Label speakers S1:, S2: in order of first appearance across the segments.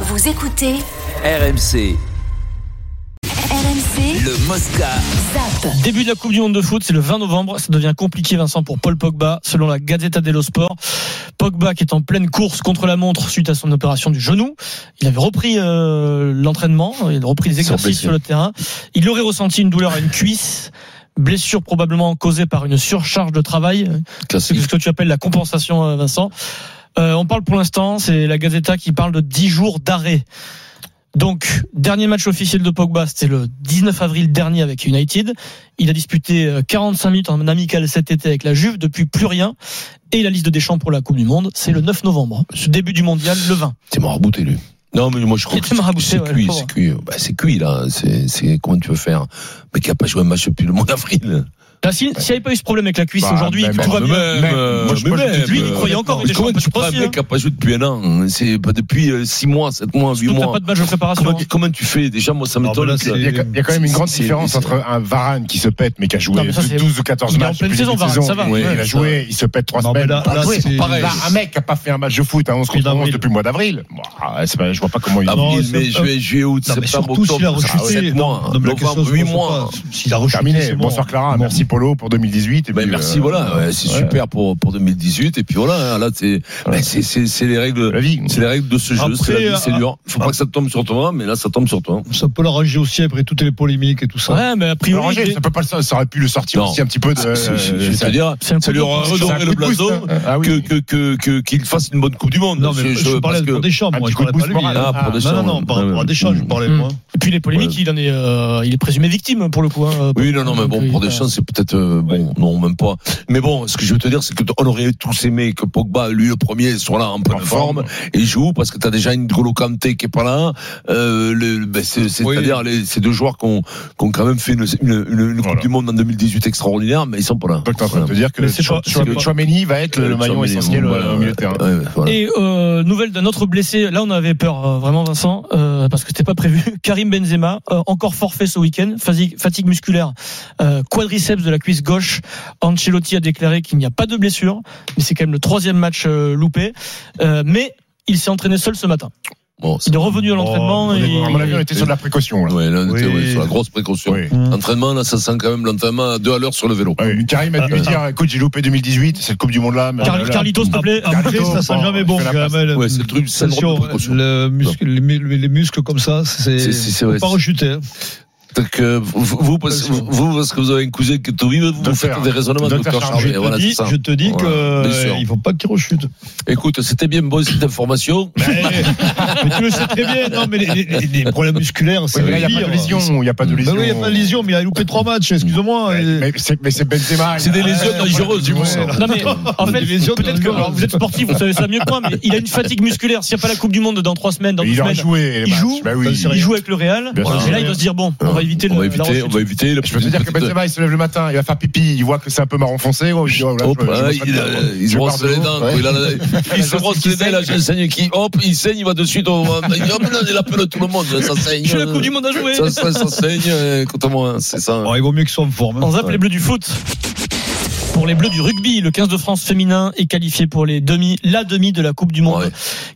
S1: Vous écoutez
S2: RMC,
S1: RMC
S2: le Mosca.
S1: Zap.
S3: Début de la Coupe du Monde de foot, c'est le 20 novembre. Ça devient compliqué, Vincent, pour Paul Pogba, selon la Gazzetta dello Sport. Pogba qui est en pleine course contre la montre suite à son opération du genou. Il avait repris euh, l'entraînement, il a repris les exercices sur le terrain. Il aurait ressenti une douleur à une cuisse. Blessure probablement causée par une surcharge de travail. C'est ce que tu appelles la compensation, euh, Vincent. Euh, on parle pour l'instant, c'est la Gazzetta qui parle de 10 jours d'arrêt. Donc, dernier match officiel de Pogba, c'était le 19 avril dernier avec United. Il a disputé euh, 45 minutes en amical cet été avec la Juve, depuis plus rien. Et la liste de Deschamps pour la Coupe du Monde, c'est le 9 novembre, hein. ce début du mondial, le 20.
S4: T'es marabouté, lui. Non, mais moi, je crois
S3: Il
S4: que
S3: était marabouté,
S4: c'est
S3: ouais,
S4: cuit,
S3: le pauvre.
S4: c'est cuit. Bah, c'est cuit, là. C'est, c'est, comment tu veux faire? Mais qui a pas joué un match depuis le mois d'avril.
S3: Là, s'il s'il n'y avait pas eu ce problème avec la cuisse
S5: Bah,
S3: aujourd'hui,
S5: même,
S3: tout va
S4: Mais
S3: bien.
S4: même, euh,
S3: Moi, je-
S4: mais
S3: moi, je-
S4: même,
S3: lui, il y
S4: euh,
S3: croyait encore,
S4: mais
S3: Deschamps,
S4: comment
S3: peut-être
S4: tu prends un
S3: aussi, hein.
S4: mec qui a pas joué depuis un an? C'est pas depuis 6 mois, 7 mois, 8
S3: Surtout, t'as
S4: mois.
S3: pas de match de préparation.
S4: Comment, tu- comment tu fais? Déjà, moi, ça m'étonne.
S5: Il
S4: ça.
S5: y, a, il y a quand même une grande
S4: C'est-
S5: différence
S4: c'est-
S5: entre un Varane qui se pète mais qui a joué
S3: Non, mais ça, c'est-
S5: 12 ou 14
S3: il est
S5: matchs.
S3: en pleine
S5: depuis le
S3: saison,
S5: début de
S3: Varane, ça va.
S5: Il
S4: Ouais,
S5: a
S4: ça
S5: joué, il se pète 3
S6: Non, mais
S5: semaines.
S6: là-
S5: Pas
S6: là,
S5: joué.
S6: c'est-
S5: Pareil. Là, un mec qui a pas fait un match de foot à 11 contre
S3: Il a
S5: 11
S3: avril.
S5: depuis le mois d'avril. Bah, c'est pas- Je vois pas comment il
S6: Non,
S4: Avril,
S6: c'est-
S4: mai, juillet, juillet, août,
S6: Non, mais
S4: septembre,
S6: surtout s'il a
S4: octobre. ça,
S6: rechuté.
S4: sept mois.
S6: Non, mais la question,
S4: Novembre,
S6: c'est
S4: 8
S6: qu'on
S4: mois.
S6: sait pas. S'il a rechuté,
S5: terminé.
S6: c'est mort.
S5: Bonsoir Clara,
S6: Bon.
S5: merci Polo pour 2018. et
S4: Ben,
S5: puis,
S4: merci,
S5: euh,
S4: voilà, ouais, c'est
S5: ouais.
S4: super pour, pour 2018. Et puis voilà, là, c'est, ben, c'est, c'est, c'est les règles,
S5: La vie.
S4: c'est les règles de ce jeu,
S6: Après,
S4: c'est la vie, c'est
S6: euh,
S4: dur. Faut pas que ça tombe sur toi, mais là, ça tombe sur toi.
S6: Ça peut l'arranger aussi après toutes les polémiques et tout ça.
S3: Ouais, mais a
S5: Alors,
S3: priori,
S5: Roger, ça peut pas le- ça aurait pu le sortir
S4: Non.
S5: aussi un petit peu de.
S4: C'est- c'est- je vais te
S5: euh,
S4: dire,
S3: c'est un
S4: ça
S3: coup
S4: lui
S3: de-
S4: aura
S5: c'est un
S4: redoré
S5: coup
S4: le
S5: de boost,
S4: blason
S5: hein. Ah oui.
S4: que, que, que, que- qu'il fasse une bonne Coupe du Monde.
S6: Non, mais je, parlais
S4: parce
S6: pour Deschamps,
S5: un
S6: moi.
S5: petit
S6: Je
S5: coup de
S6: parlais
S5: pouce
S6: pas lui.
S5: moral.
S4: Ah, pour
S5: Ah,
S4: Deschamps.
S6: Non, non, non, par rapport à Deschamps, je parlais,
S3: Mm.
S6: moi.
S3: Et puis les polémiques, il, en est, euh, il est présumé victime pour le coup. hein.
S4: Oui, non, non, mais bon, pour Deschamps, c'est peut-être euh, bon, non, même pas. Mais bon, ce que je veux te dire, c'est que t- on aurait tous aimé que Pogba, lui le premier, soit là en pleine
S5: En
S4: forme
S5: forme.
S4: et joue parce que t'as déjà une N'Golo Kanté qui est pas là. Euh, le, le- ben, c'est- C'est-à-dire les- ces deux joueurs qui ont, qui ont quand même fait une, une, une- une Coupe
S5: Voilà.
S4: du Monde en 2018 extraordinaire, mais ils sont pas là.
S5: Donc, t'es en train
S4: Voilà.
S5: de te dire que
S3: Mais c'est pas- c'est
S5: Chou-
S3: pas-
S5: Chouameni va être le maillon
S4: Tchouaméni,
S5: essentiel
S4: bon,
S5: euh, au
S4: voilà,
S5: milieu de terrain.
S4: ouais, voilà.
S3: Et euh, nouvelle d'un autre blessé, là on avait peur euh, vraiment Vincent, euh, parce que c'était pas prévu. Karim Benzema, euh, encore forfait ce week-end, fatigue, fatigue musculaire, euh, quadriceps de la cuisse gauche. Ancelotti a déclaré qu'il n'y a pas de blessure, mais c'est quand même le troisième match euh, loupé. Euh, mais il s'est entraîné seul ce matin.
S4: Bon, c'est-
S3: Il est revenu à l'entraînement.
S6: Oh,
S3: et...
S5: À mon avis, on était sur de la précaution. là.
S4: ouais, là, on était,
S6: Oui.
S4: ouais, sur la grosse précaution.
S5: Oui.
S4: Entraînement, là, ça sent quand même l'entraînement à deux à l'heure sur le vélo.
S5: Ouais, Karim a dû lui dire, écoute, j'ai loupé 2018, cette Coupe du Monde là.
S3: Carli- Carlito, s'il te plaît.
S6: Après, ça
S5: bon,
S6: sent jamais bon,
S5: je fais la
S6: quand
S5: passe.
S6: même.
S4: Ouais, c'est le truc, c'est le
S6: Attention,
S4: précaution.
S6: le muscle- les, mu- les muscles comme ça, c'est
S4: C'est- c'est- c'est
S6: faut
S4: vrai,
S6: pas
S4: c'est-
S6: rechuter. hein.
S4: Donc, euh, vous, vous, parce, vous, vous, parce que vous avez un cousin qui est au Rive, vous, vous
S5: Docteur.
S4: faites des raisonnements de
S5: Docteur
S4: docteur
S5: Charvet.
S4: Charvet.
S6: Je
S4: Voilà,
S6: te
S4: c'est
S6: dis-
S4: ça.
S6: je te dis
S4: Voilà,
S6: que
S4: bien
S6: euh,
S4: sûr.
S6: il faut pas qu'il rechute.
S4: Écoute, c'était bien beau cette information.
S6: mais, mais tu le sais très bien. Non, mais les, les- les problèmes musculaires,
S5: Oui,
S6: c'est
S5: mais là, il n'y a
S6: pire.
S5: pas de lésion. Il n'y a pas de
S6: Ben
S5: lésion.
S6: oui, il n'y a pas de lésion, mais il a loupé trois matchs. Excuse-moi.
S5: Ouais,
S6: Et-
S5: Mais c'est mais c'est Benzema.
S4: C'est
S5: il
S4: des
S5: a-
S4: lésions dangereuses, du coup.
S5: Ouais.
S4: ça.
S3: Non mais en fait,
S6: Les lésions de
S3: peut-être que
S6: Lyon.
S3: alors, vous êtes sportif, vous savez ça mieux que moi, mais il a une fatigue musculaire. S'il n'y a pas la Coupe du Monde dans trois semaines, dans deux
S5: Il aurait
S3: semaines,
S5: joué. les
S3: il
S5: matchs.
S3: joue,
S5: Bah oui.
S3: il joue avec le Real.
S5: Bien
S3: Et
S4: sûr.
S3: là, il doit se dire bon, on va éviter
S4: on va
S3: le- la
S4: éviter, on va
S3: rechute.
S4: éviter la
S5: Je peux te dire que
S4: petite-
S5: Benzema, il se lève le matin, il va faire pipi, il voit que c'est un peu marron foncé. Oh, il dit, oh, là,
S4: Hop,
S5: je- je
S4: là,
S5: me
S4: il,
S5: fais pas de-
S4: euh, il se
S5: je
S4: brosse
S5: pars de
S4: les
S5: haut.
S4: dents,
S5: Ouais.
S4: il, a la- il se
S5: La
S4: brosse les dents, là, j'ai un saigne qui, hop, il saigne, il va de suite, on va, il hop, là, il appelle tout le monde, ça saigne.
S3: J'ai la Coupe du Monde à jouer.
S4: Euh, Ça, ça, ça saigne, euh, écoute-moi, hein, c'est ça.
S6: Bon, Ah, il vaut mieux qu'ils soient en forme. hein.
S3: On zappe les bleus du foot. Pour les bleus du rugby, le 15 de France féminin est qualifié pour les demi, la demi de la Coupe du Monde
S4: Ouais.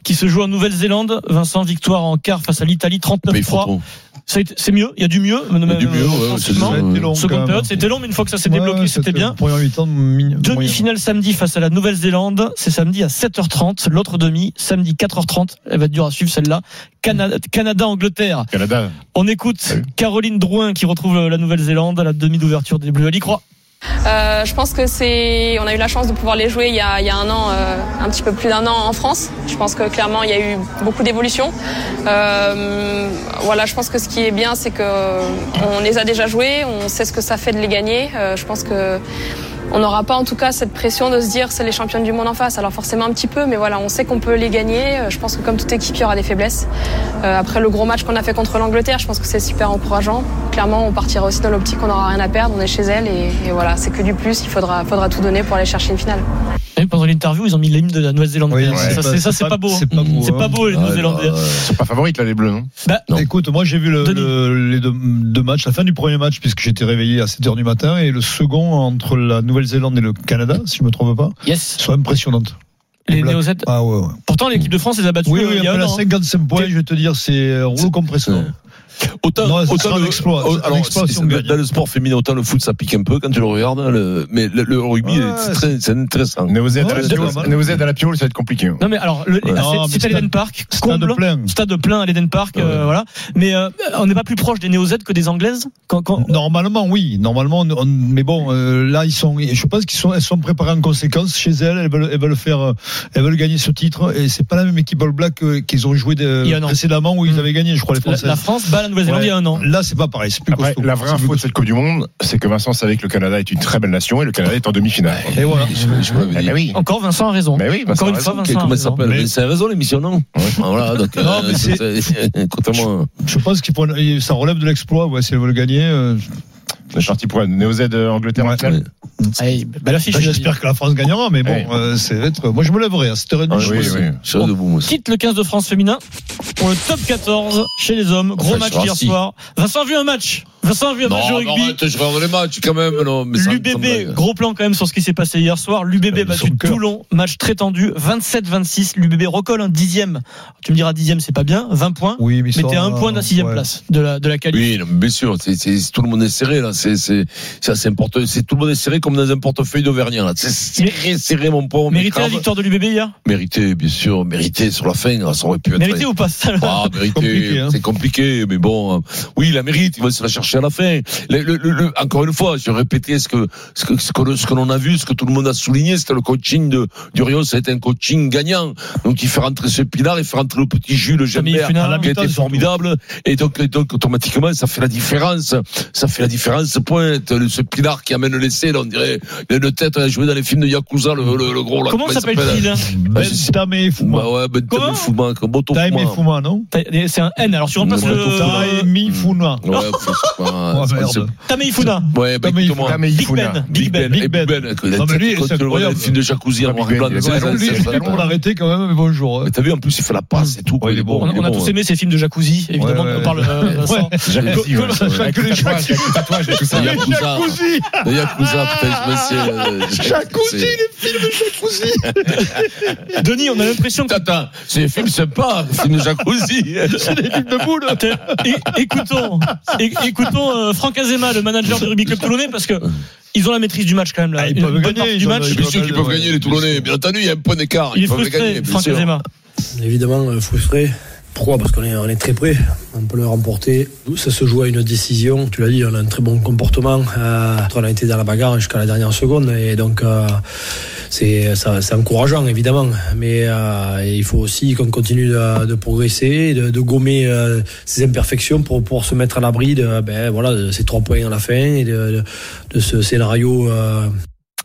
S3: qui se joue en Nouvelle-Zélande. Vincent, victoire en quart face à l'Italie,
S4: Mais il faut
S3: 39-3.
S4: qu'on-
S3: Ça a été- C'est mieux, il y a du mieux.
S4: y a du mieux, ouais, ouais, c'est
S6: Ça
S3: offensivement.
S6: a été long, quand
S3: euh, Seconde
S6: même.
S3: période, c'était long, mais une fois que ça s'est
S6: Ouais,
S3: débloqué, c'était bien.
S6: Première mi-temps, mi- moyen.
S3: Demi-finale samedi face à la Nouvelle-Zélande, c'est samedi à 7h30. L'autre demi, samedi 4h30. Elle va être dure à suivre celle-là. Cana- Canada-Angleterre.
S5: Canada.
S3: On écoute
S5: Salut.
S3: Caroline Drouin qui retrouve euh, la Nouvelle-Zélande à la demi d'ouverture des Bleus. Elle y croit.
S7: Euh, je pense que c'est, on a eu la chance de pouvoir les jouer il y a, il y a un an, euh, un petit peu plus d'un an en France. Je pense que clairement il y a eu beaucoup d'évolution. Euh, voilà, je pense que ce qui est bien, c'est que on les a déjà joués, on sait ce que ça fait de les gagner. Euh, je pense que on n'aura pas en tout cas cette pression de se dire c'est les championnes du monde en face. Alors forcément un petit peu, mais voilà, on sait qu'on peut les gagner. Euh, Je pense que comme toute équipe, il y aura des faiblesses. Euh, après le gros match qu'on a fait contre l'Angleterre, je pense que c'est super encourageant. Clairement, on partira aussi dans l'optique qu'on n'aura rien à perdre. On est chez elle et, et voilà, c'est que du plus. Il faudra, faudra tout donner pour aller chercher une finale.
S3: Et Eh, pendant l'interview, ils ont mis l'hymne de la Nouvelle-Zélande.
S6: Oui,
S3: quand même.
S6: ouais.
S3: Ça, c'est- ça, c'est pas beau. hein.
S6: C'est pas beau.
S3: C'est pas
S6: hein.
S3: beau, les
S4: Ah,
S3: Nouvelle-Zélandais.
S4: bah, euh,
S5: Ils sont pas favorites, là, les Bleus, non
S4: Non.
S6: Écoute, moi j'ai vu le-
S3: Denis.
S6: le- les deux, deux matchs, la fin du premier match, puisque j'étais réveillé à 7h du matin, et le second entre la Nouvelle-Zélande et le Canada, si je me trompe pas,
S3: Yes.
S6: sont impressionnantes.
S3: les
S6: Black.
S3: Néo-Z.
S6: Ah ouais, ouais.
S3: Pourtant, l'équipe de France les a battus
S6: Oui,
S3: euh,
S6: oui,
S3: il y a
S6: après
S3: un
S6: la
S3: an.
S6: 55 points, je vais te dire, c'est euh, rouleau compresseur.
S4: Autant,
S6: Non, ce
S4: autant
S6: sera un
S4: le-
S6: exploit.
S4: au-
S6: C'est un
S4: alors,
S6: exploit
S4: c'est-
S6: si on gagne.
S4: dans le sport féminin, autant le foot, ça pique un peu quand tu le regardes. hein, Le, mais le, le rugby,
S6: Ouais,
S4: c'est très, c'est intéressant.
S5: Néo-Z à
S6: Ouais,
S5: la
S6: c'est
S5: Piole,
S6: pas mal.
S5: Néo-Z à la Piole, ça va être compliqué. hein.
S3: Non mais alors, le,
S4: Ouais.
S3: c'est-
S6: Non, Ah, mais
S3: c'est à
S6: stade-
S3: l'Eden Park,
S6: Stade
S3: comble,
S6: plein. Ah,
S3: stade plein à l'Eden Park, euh,
S4: Ouais.
S3: voilà. Mais euh, on n'est pas plus proche des Néo-Z que des Anglaises quand, quand-
S6: Normalement, oui. Normalement, on- on- mais bon, euh, là, ils sont. Je pense qu'ils sont, elles sont préparées en conséquence chez elles. Elles veulent, elles veulent faire, euh, elles veulent gagner ce titre. Et c'est pas la même équipe All Black euh, qu'ils ont joué de-
S3: Il y a un an.
S6: précédemment où ils
S3: Mm.
S6: avaient gagné, je crois, les
S3: la,
S6: Français.
S3: la France bat la Nouvelle-Zélande
S6: Ouais.
S3: il y a un an.
S6: Là, c'est pas pareil. C'est plus
S5: Après,
S6: costaud.
S5: la vraie
S6: C'est plus
S5: info de cette Coupe du Monde, c'est que Vincent savait que le Canada est une très belle nation et le Canada est en demi-finale.
S6: costaud. Et voilà.
S4: Je, je peux
S5: Eh
S4: vous
S5: ben
S4: dire.
S5: oui.
S3: Encore Vincent a raison.
S5: Mais oui, Vincent
S3: Encore une
S5: a
S3: fois
S5: raison.
S3: Vincent.
S4: Comment
S3: a
S4: ça
S3: raison.
S4: s'appelle
S6: Mais-
S4: Mais c'est raison l'émission, non Ah, Voilà, donc. euh,
S6: Non, mais c'est-
S4: Écoutez-moi.
S6: Je pense qu'ils pourraient- ça relève de l'exploit. Ouais, si elles veulent gagner. euh,
S5: C'est parti pour Néo-Z euh, Angleterre en finale.
S3: Allez, belle affiche.
S6: Bah, J'espère que la France gagnera, mais bon,
S5: Ouais. Ah,
S6: euh, c'est être. Moi, je me lèverai à 7h30.
S5: oui,
S6: je pense.
S5: oui.
S4: Je serai debout, moi aussi.
S3: quitte le 15 de France féminin pour le top 14 chez les hommes. Gros
S4: Enfin,
S3: match
S4: sur
S3: hier
S4: Arcy.
S3: soir. Vincent a vu un match. Vincent a vu un match de
S4: Non,
S3: rugby.
S4: arrête, je regarde les matchs quand même. non, mais ça me
S3: L'UBB,
S4: semble-
S3: gros plan quand même sur ce qui s'est passé hier soir. L'UBB
S6: Euh, sur
S3: battu
S6: le cœur.
S3: Toulon, match très tendu, 27-26. L'UBB recolle un dixième. Tu me diras dixième, c'est pas bien, 20 points.
S6: Oui, mais
S3: Mais t'es à
S6: ça,
S3: un point de la sixième
S6: ouais.
S3: place de la, de la qualif.
S4: Oui, non, mais bien sûr, c'est, c'est- c'est- tout le monde est serré là, c'est, c'est, c'est assez important. C'est tout le monde est serré comme dans un portefeuille d'Auvergnat là. C'est serré, serré mon pauvre. mais
S3: Mérité la
S4: grave.
S3: victoire de l'UBB hier
S4: Mérité, bien sûr, mérité sur la fin, là, ça aurait pu être.
S3: Mérité ou pas ça, là
S4: Ah, mérité,
S6: Compliqué, hein.
S4: c'est compliqué, mais bon, euh, oui, il la mérite, il va se la chercher à la fin. Le- le- le- le- encore une fois, je répétais ce que ce que ce que, l'on- ce que l'on a vu, ce que tout le monde a souligné, c'était le coaching de Durion, ça a été un coaching gagnant. Donc il fait rentrer ce Pilar, il fait rentrer le petit Jules
S3: mis
S4: Gembert,
S3: Funaro.
S4: qui a été
S6: Surtout.
S4: formidable, et donc et donc automatiquement ça fait la différence, ça fait la différence. Pointe Le- ce Pilar qui amène l'essai, là, on dirait le, le tête a joué dans les films de Yakuza, le, le, le gros là.
S3: Comment
S4: il
S3: s'appelle-t-il hein
S6: Ben,
S4: je sais-
S6: Tamé Fouma.
S4: Bah ouais, ben
S3: Comment
S4: Tamé Fouma, comme bon ton
S6: Tamé
S4: Fouma.
S6: Fouma, non
S3: T'as- C'est un N, alors tu remplaces
S4: Ouais,
S3: le.
S6: Tamé Fouma.
S4: Ouais, faut- c'est pas-
S6: Oh,
S4: c'est-
S6: merde.
S4: c'est-
S3: Tameifuna.
S4: Ouais, bah,
S6: Comme il
S4: écoute-moi.
S5: Ah, mais il
S3: Big
S5: faut
S3: Ben.
S5: là.
S3: Big Ben.
S4: Big Ben.
S6: Big
S4: Big
S6: Ben.
S4: Ben, quoi, il a
S6: Non, mais
S4: tête-
S6: lui,
S4: quand
S6: c'est
S4: tu le vois dans le
S6: incroyable.
S4: film de jacuzzi en
S5: Ah, Big
S4: noir et
S5: Ben,
S4: blanc,
S5: il
S4: le
S5: est
S4: gars,
S5: excellent,
S4: il a-
S5: lui,
S4: il a-
S5: il est
S6: On l'a arrêté quand même, mais bonjour. hein.
S4: Mais T'as vu, en plus, il fait la passe et tout. quoi,
S6: Ouais,
S4: il est bon.
S3: On a,
S4: il est
S3: on a
S4: bon,
S3: tous
S4: ouais.
S3: aimé ces films de jacuzzi, évidemment,
S6: Ouais,
S3: on parle euh, Vincent.
S5: Jacuzzi,
S6: Que-
S5: ouais,
S6: que-
S5: ça, ouais,
S6: que-
S5: avec
S6: que-
S5: le tatouage, avec le tatouage et tout ça.
S4: Il y a Yakuza. Le Yakuza, putain, je me suis. euh,
S6: Jacuzzi,
S4: c'est-
S3: Denis, on a l'impression que.
S4: Attends, c'est des films sympas, des films de jacuzzi.
S3: É- écoutons, é- écoutons euh, Franck Azema, le manager du rugby club toulonnais, parce que ils ont la maîtrise du match quand même là.
S6: Ah, ils
S3: Une
S6: peuvent
S3: bonne
S6: gagner,
S3: partie
S6: ils
S3: du
S6: ont
S3: match.
S6: le-
S4: Bien sûr qu'ils peuvent gagner, les Toulonnais. Bien entendu, il y a un point d'écart.
S3: Il est
S4: ils peuvent les
S3: frustré,
S4: gagner, bien
S3: Franck
S4: sûr.
S3: Azema.
S1: évidemment euh, frustré. Pourquoi Parce qu'on est, on est très près, on peut le remporter. Ça se joue à une décision, tu l'as dit, on a un très bon comportement. Euh, on a été dans la bagarre jusqu'à la dernière seconde et donc euh, c'est ça- c'est encourageant évidemment. Mais euh, il faut aussi qu'on continue de, de progresser, de, de gommer euh, ces imperfections pour pouvoir se mettre à l'abri de, ben, voilà, de ces trois points à la fin et de, de- de ce scénario. euh,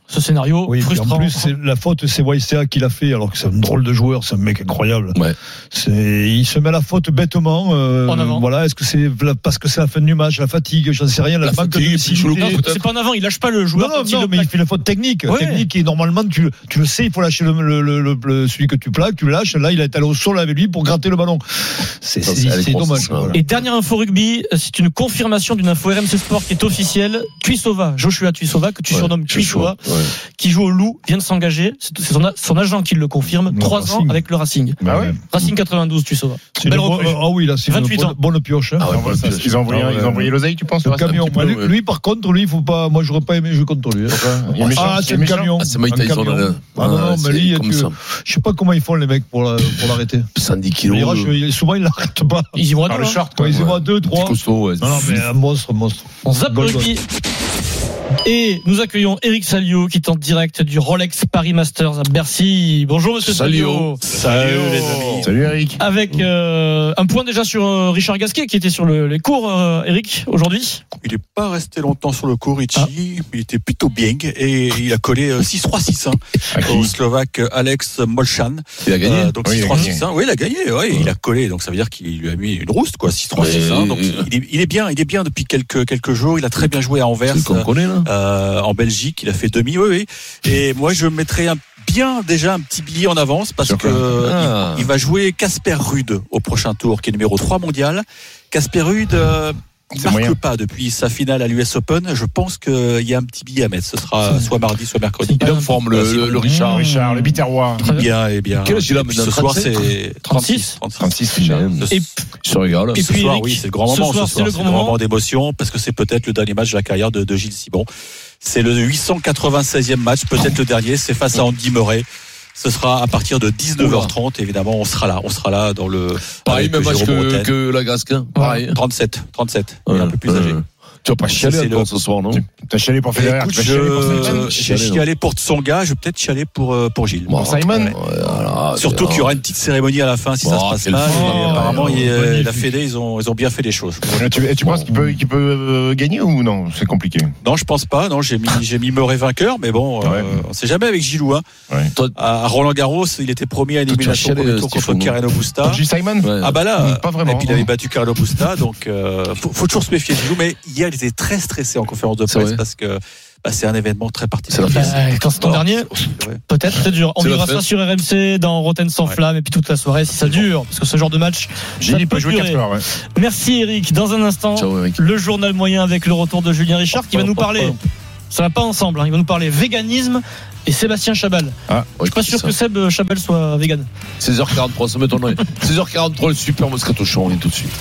S3: Ce scénario
S6: Oui, puis
S3: frustrant.
S6: en plus, c'est- la faute, c'est YCA qui l'a fait, alors que c'est un drôle de joueur, c'est un mec incroyable.
S4: Ouais.
S6: C'est- Il se met à la faute bêtement. euh,
S3: En avant.
S6: Voilà, est-ce que c'est la- parce que c'est la fin du match, la fatigue, j'en sais rien, la,
S4: La
S6: manque
S4: fatigue,
S6: de
S4: puis il joue le
S6: lucidité.
S4: coup, peut-être.
S3: c'est pas en avant, il lâche pas le
S6: Non,
S3: joueur.
S6: non,
S3: quand il
S6: non,
S3: le
S6: mais il
S3: plaque.
S6: fait la faute technique.
S3: Ouais.
S6: Technique, et normalement, tu, tu le sais, il faut lâcher le, le- le- le- le- celui que tu plaques, tu le lâches. Là, il est allé au sol avec lui pour gratter le ballon. C'est
S4: Ça,
S6: c'est-
S4: c'est- elle est
S6: c'est
S4: grosse,
S6: dommage.
S4: ça, ouais.
S6: voilà.
S3: Et dernière info rugby, euh, c'est une confirmation d'une info RMC Sport qui est officielle. Tuisova, Joshua Tuisova, que tu
S4: Ouais,
S3: surnommes
S4: je suis chaud.
S3: Tuisova,
S4: Ouais.
S3: qui joue au Loup, vient de s'engager. C'est c'est son, a- son agent qui le confirme.
S6: Le
S3: Trois ans
S6: Racing.
S3: avec le Racing.
S5: Bah ouais.
S3: Racing 92, Tuisova.
S6: C'est
S3: Belle
S6: une bo-
S3: recrue.
S6: Ah oui, là, c'est
S3: 28
S6: une bonne,
S3: ans.
S6: bonne pioche. hein.
S4: Ah ouais,
S5: Ils envoient ça,
S4: bah,
S5: Ils ont envoyé,
S4: ah ouais.
S5: ils ont envoyé l'oseille, tu penses
S6: Le
S5: Sébastien
S6: camion.
S4: petit peu,
S6: lui,
S4: ouais.
S6: lui, par contre, lui, il faut pas. Moi, j'aurais pas aimé jouer contre lui.
S5: Il est méchant,
S6: Ah,
S5: il
S6: c'est
S5: est
S6: le
S5: méchant.
S6: camion.
S4: Ah, c'est Mike
S6: Un
S4: Tyson,
S6: camion.
S4: là.
S6: Ah non,
S4: Ah,
S6: non, mais
S4: c'est
S6: lui,
S4: comme
S6: tu-
S4: ça.
S6: je sais pas comment ils font les mecs pour la- pour l'arrêter.
S4: 110
S6: Il
S4: kilos.
S6: rush,
S4: euh,
S6: il- souvent, ils l'arrêtent pas.
S3: Ils y vont à
S5: Par
S3: deux,
S5: le
S3: hein.
S5: short,
S6: Quand
S5: quoi.
S6: ils y vont à deux,
S4: petit
S6: trois.
S4: costaud, ouais.
S6: Non, non, mais un monstre, un monstre.
S3: On zappe le
S6: Gold,
S3: rugby. Et nous accueillons Eric Salio qui est en direct du Rolex Paris Masters à Bercy. Bonjour Monsieur Salio.
S4: Salio.
S5: Salut, les amis. Salut, Eric.
S3: Avec euh, un point déjà sur euh, Richard Gasquet qui était sur le- les cours, euh, Eric, aujourd'hui.
S2: Il n'est pas resté longtemps sur le court, Ricci.
S5: Ah.
S2: Il était plutôt bien et il a collé euh, 6-3-6-1
S5: À qui
S2: au Slovaque euh, Alex Molchan.
S4: Il a gagné.
S2: Euh, donc
S5: Ah. Oui, il a
S2: 6-3-6-1. Oui, il a gagné. ouais, Il a collé. Donc ça veut dire qu'il lui a mis une rouste, quoi. 6-3-6-1.
S4: Ouais,
S2: donc
S4: ouais, ouais.
S2: il est, il est bien. Il est bien depuis quelques, quelques jours. Il a très bien joué à Anvers.
S4: C'est qu'on connaît, là.
S2: euh, en Belgique. Il a fait demi, oui, oui. Et moi, je mettrais un, bien déjà un petit billet en avance parce
S5: Sur
S2: que
S4: Ah.
S2: il, il va jouer Casper Rude au prochain tour, qui est numéro 3 mondial. Casper Rude. euh, Il
S5: C'est
S2: marque
S5: moyen.
S2: pas depuis sa finale à l'US Open. Je pense qu'il y a un petit billet à mettre. Ce sera soit mardi, soit mercredi.
S4: Il est en forme,
S5: Ah,
S4: le, le- le Richard.
S5: Richard, le Biterrois.
S3: Très bien.
S2: Bien, et bien.
S4: Quel âge il a
S2: Et puis
S4: maintenant,
S2: Ce soir,
S4: 37,
S2: c'est
S3: 36.
S5: 36,
S4: Richard.
S5: Richard.
S2: Ce-
S3: Et
S4: Il se régale.
S3: Et
S2: ce
S3: puis,
S2: soir,
S3: Eric,
S2: oui, c'est le grand
S3: ce
S2: moment.
S3: soir,
S2: ce soir, c'est le grand moment d'émotion parce que c'est peut-être le dernier match de la carrière de, de Gilles Simon. C'est le 896e match, peut-être le dernier. C'est face à Andy Murray. Ce sera à partir de 19h30. Évidemment, on sera là. On sera là dans le.
S4: Pareil,
S2: avec
S4: même match
S2: Jérôme
S4: que,
S2: Roten.
S4: que la Gasquin. Pareil.
S2: 37, 37. Il est un peu plus
S4: Euh,
S2: âgé.
S4: euh, Tu vas pas chialer
S2: C'est
S4: encore
S2: le-
S4: ce soir, non
S5: T'as chialé pour Federer,
S2: Écoute,
S5: tu vas chialer pour
S2: je,
S5: Simon.
S2: j'ai
S4: Chialer, non.
S2: chialé pour Tsonga, je vais peut-être chialer pour, euh, pour Gilles.
S4: Bon,
S5: Pour Simon
S4: voilà,
S2: Surtout
S4: c'est-
S2: qu'il y aura une petite cérémonie à la fin si
S4: Oh,
S2: ça se passe
S4: quel
S2: mal.
S4: fou.
S2: Et
S4: Oh,
S2: Ah, apparemment,
S4: ouais,
S2: il y a- euh,
S5: magnifique.
S2: la Fédé, ils ont, ils ont bien fait les choses.
S5: Et tu, et tu penses qu'il peut, qu'il peut euh, gagner ou non C'est compliqué.
S4: Hein
S2: Non, je pense pas. Non, j'ai mis, j'ai mis Murray vainqueur, mais bon, euh,
S5: Ouais.
S2: on sait jamais avec Gilou. Hein.
S5: Ouais.
S4: Toi-
S2: À Roland Garros, il était promis à une
S4: Toi, tu vas
S2: élimination
S4: chialer,
S2: premier tour
S4: Steve
S2: contre
S4: Fourneau.
S2: Karen Busta.
S5: Pour J. Simon
S4: Ouais.
S2: Ah bah là,
S5: Mm, pas vraiment,
S2: et puis il avait
S5: non.
S2: battu Carlo Busta, donc euh, faut, faut toujours se méfier de Gilou. Mais hier, il était très stressé en conférence de
S4: C'est
S2: presse
S4: vrai.
S2: parce que bah, c'est un événement très particulier.
S4: C'est la
S3: Bah, quand c'est ton
S2: Alors,
S3: dernier,
S2: c'est- ouais.
S3: peut-être c'est dur. On
S4: C'est la
S3: verra
S4: fête.
S3: ça sur RMC dans Rotten sans
S2: Ouais.
S3: flamme et puis toute la soirée si ça dure, parce que ce genre de match, ça
S5: Gilles, il peut jouer
S3: durer.
S5: 4 heures. ouais.
S3: Merci Eric. Dans un instant,
S4: Ciao, mec.
S3: le journal moyen avec le retour de Julien Richard qui va nous parler. Ça va pas ensemble, hein, il va nous parler véganisme et Sébastien Chabal.
S5: Ah,
S3: Je suis pas sûr que Seb euh, Chabal soit vegan.
S4: 16h43, ça met ton oeil. 16h43, le super Moscato Show, on est tout de suite.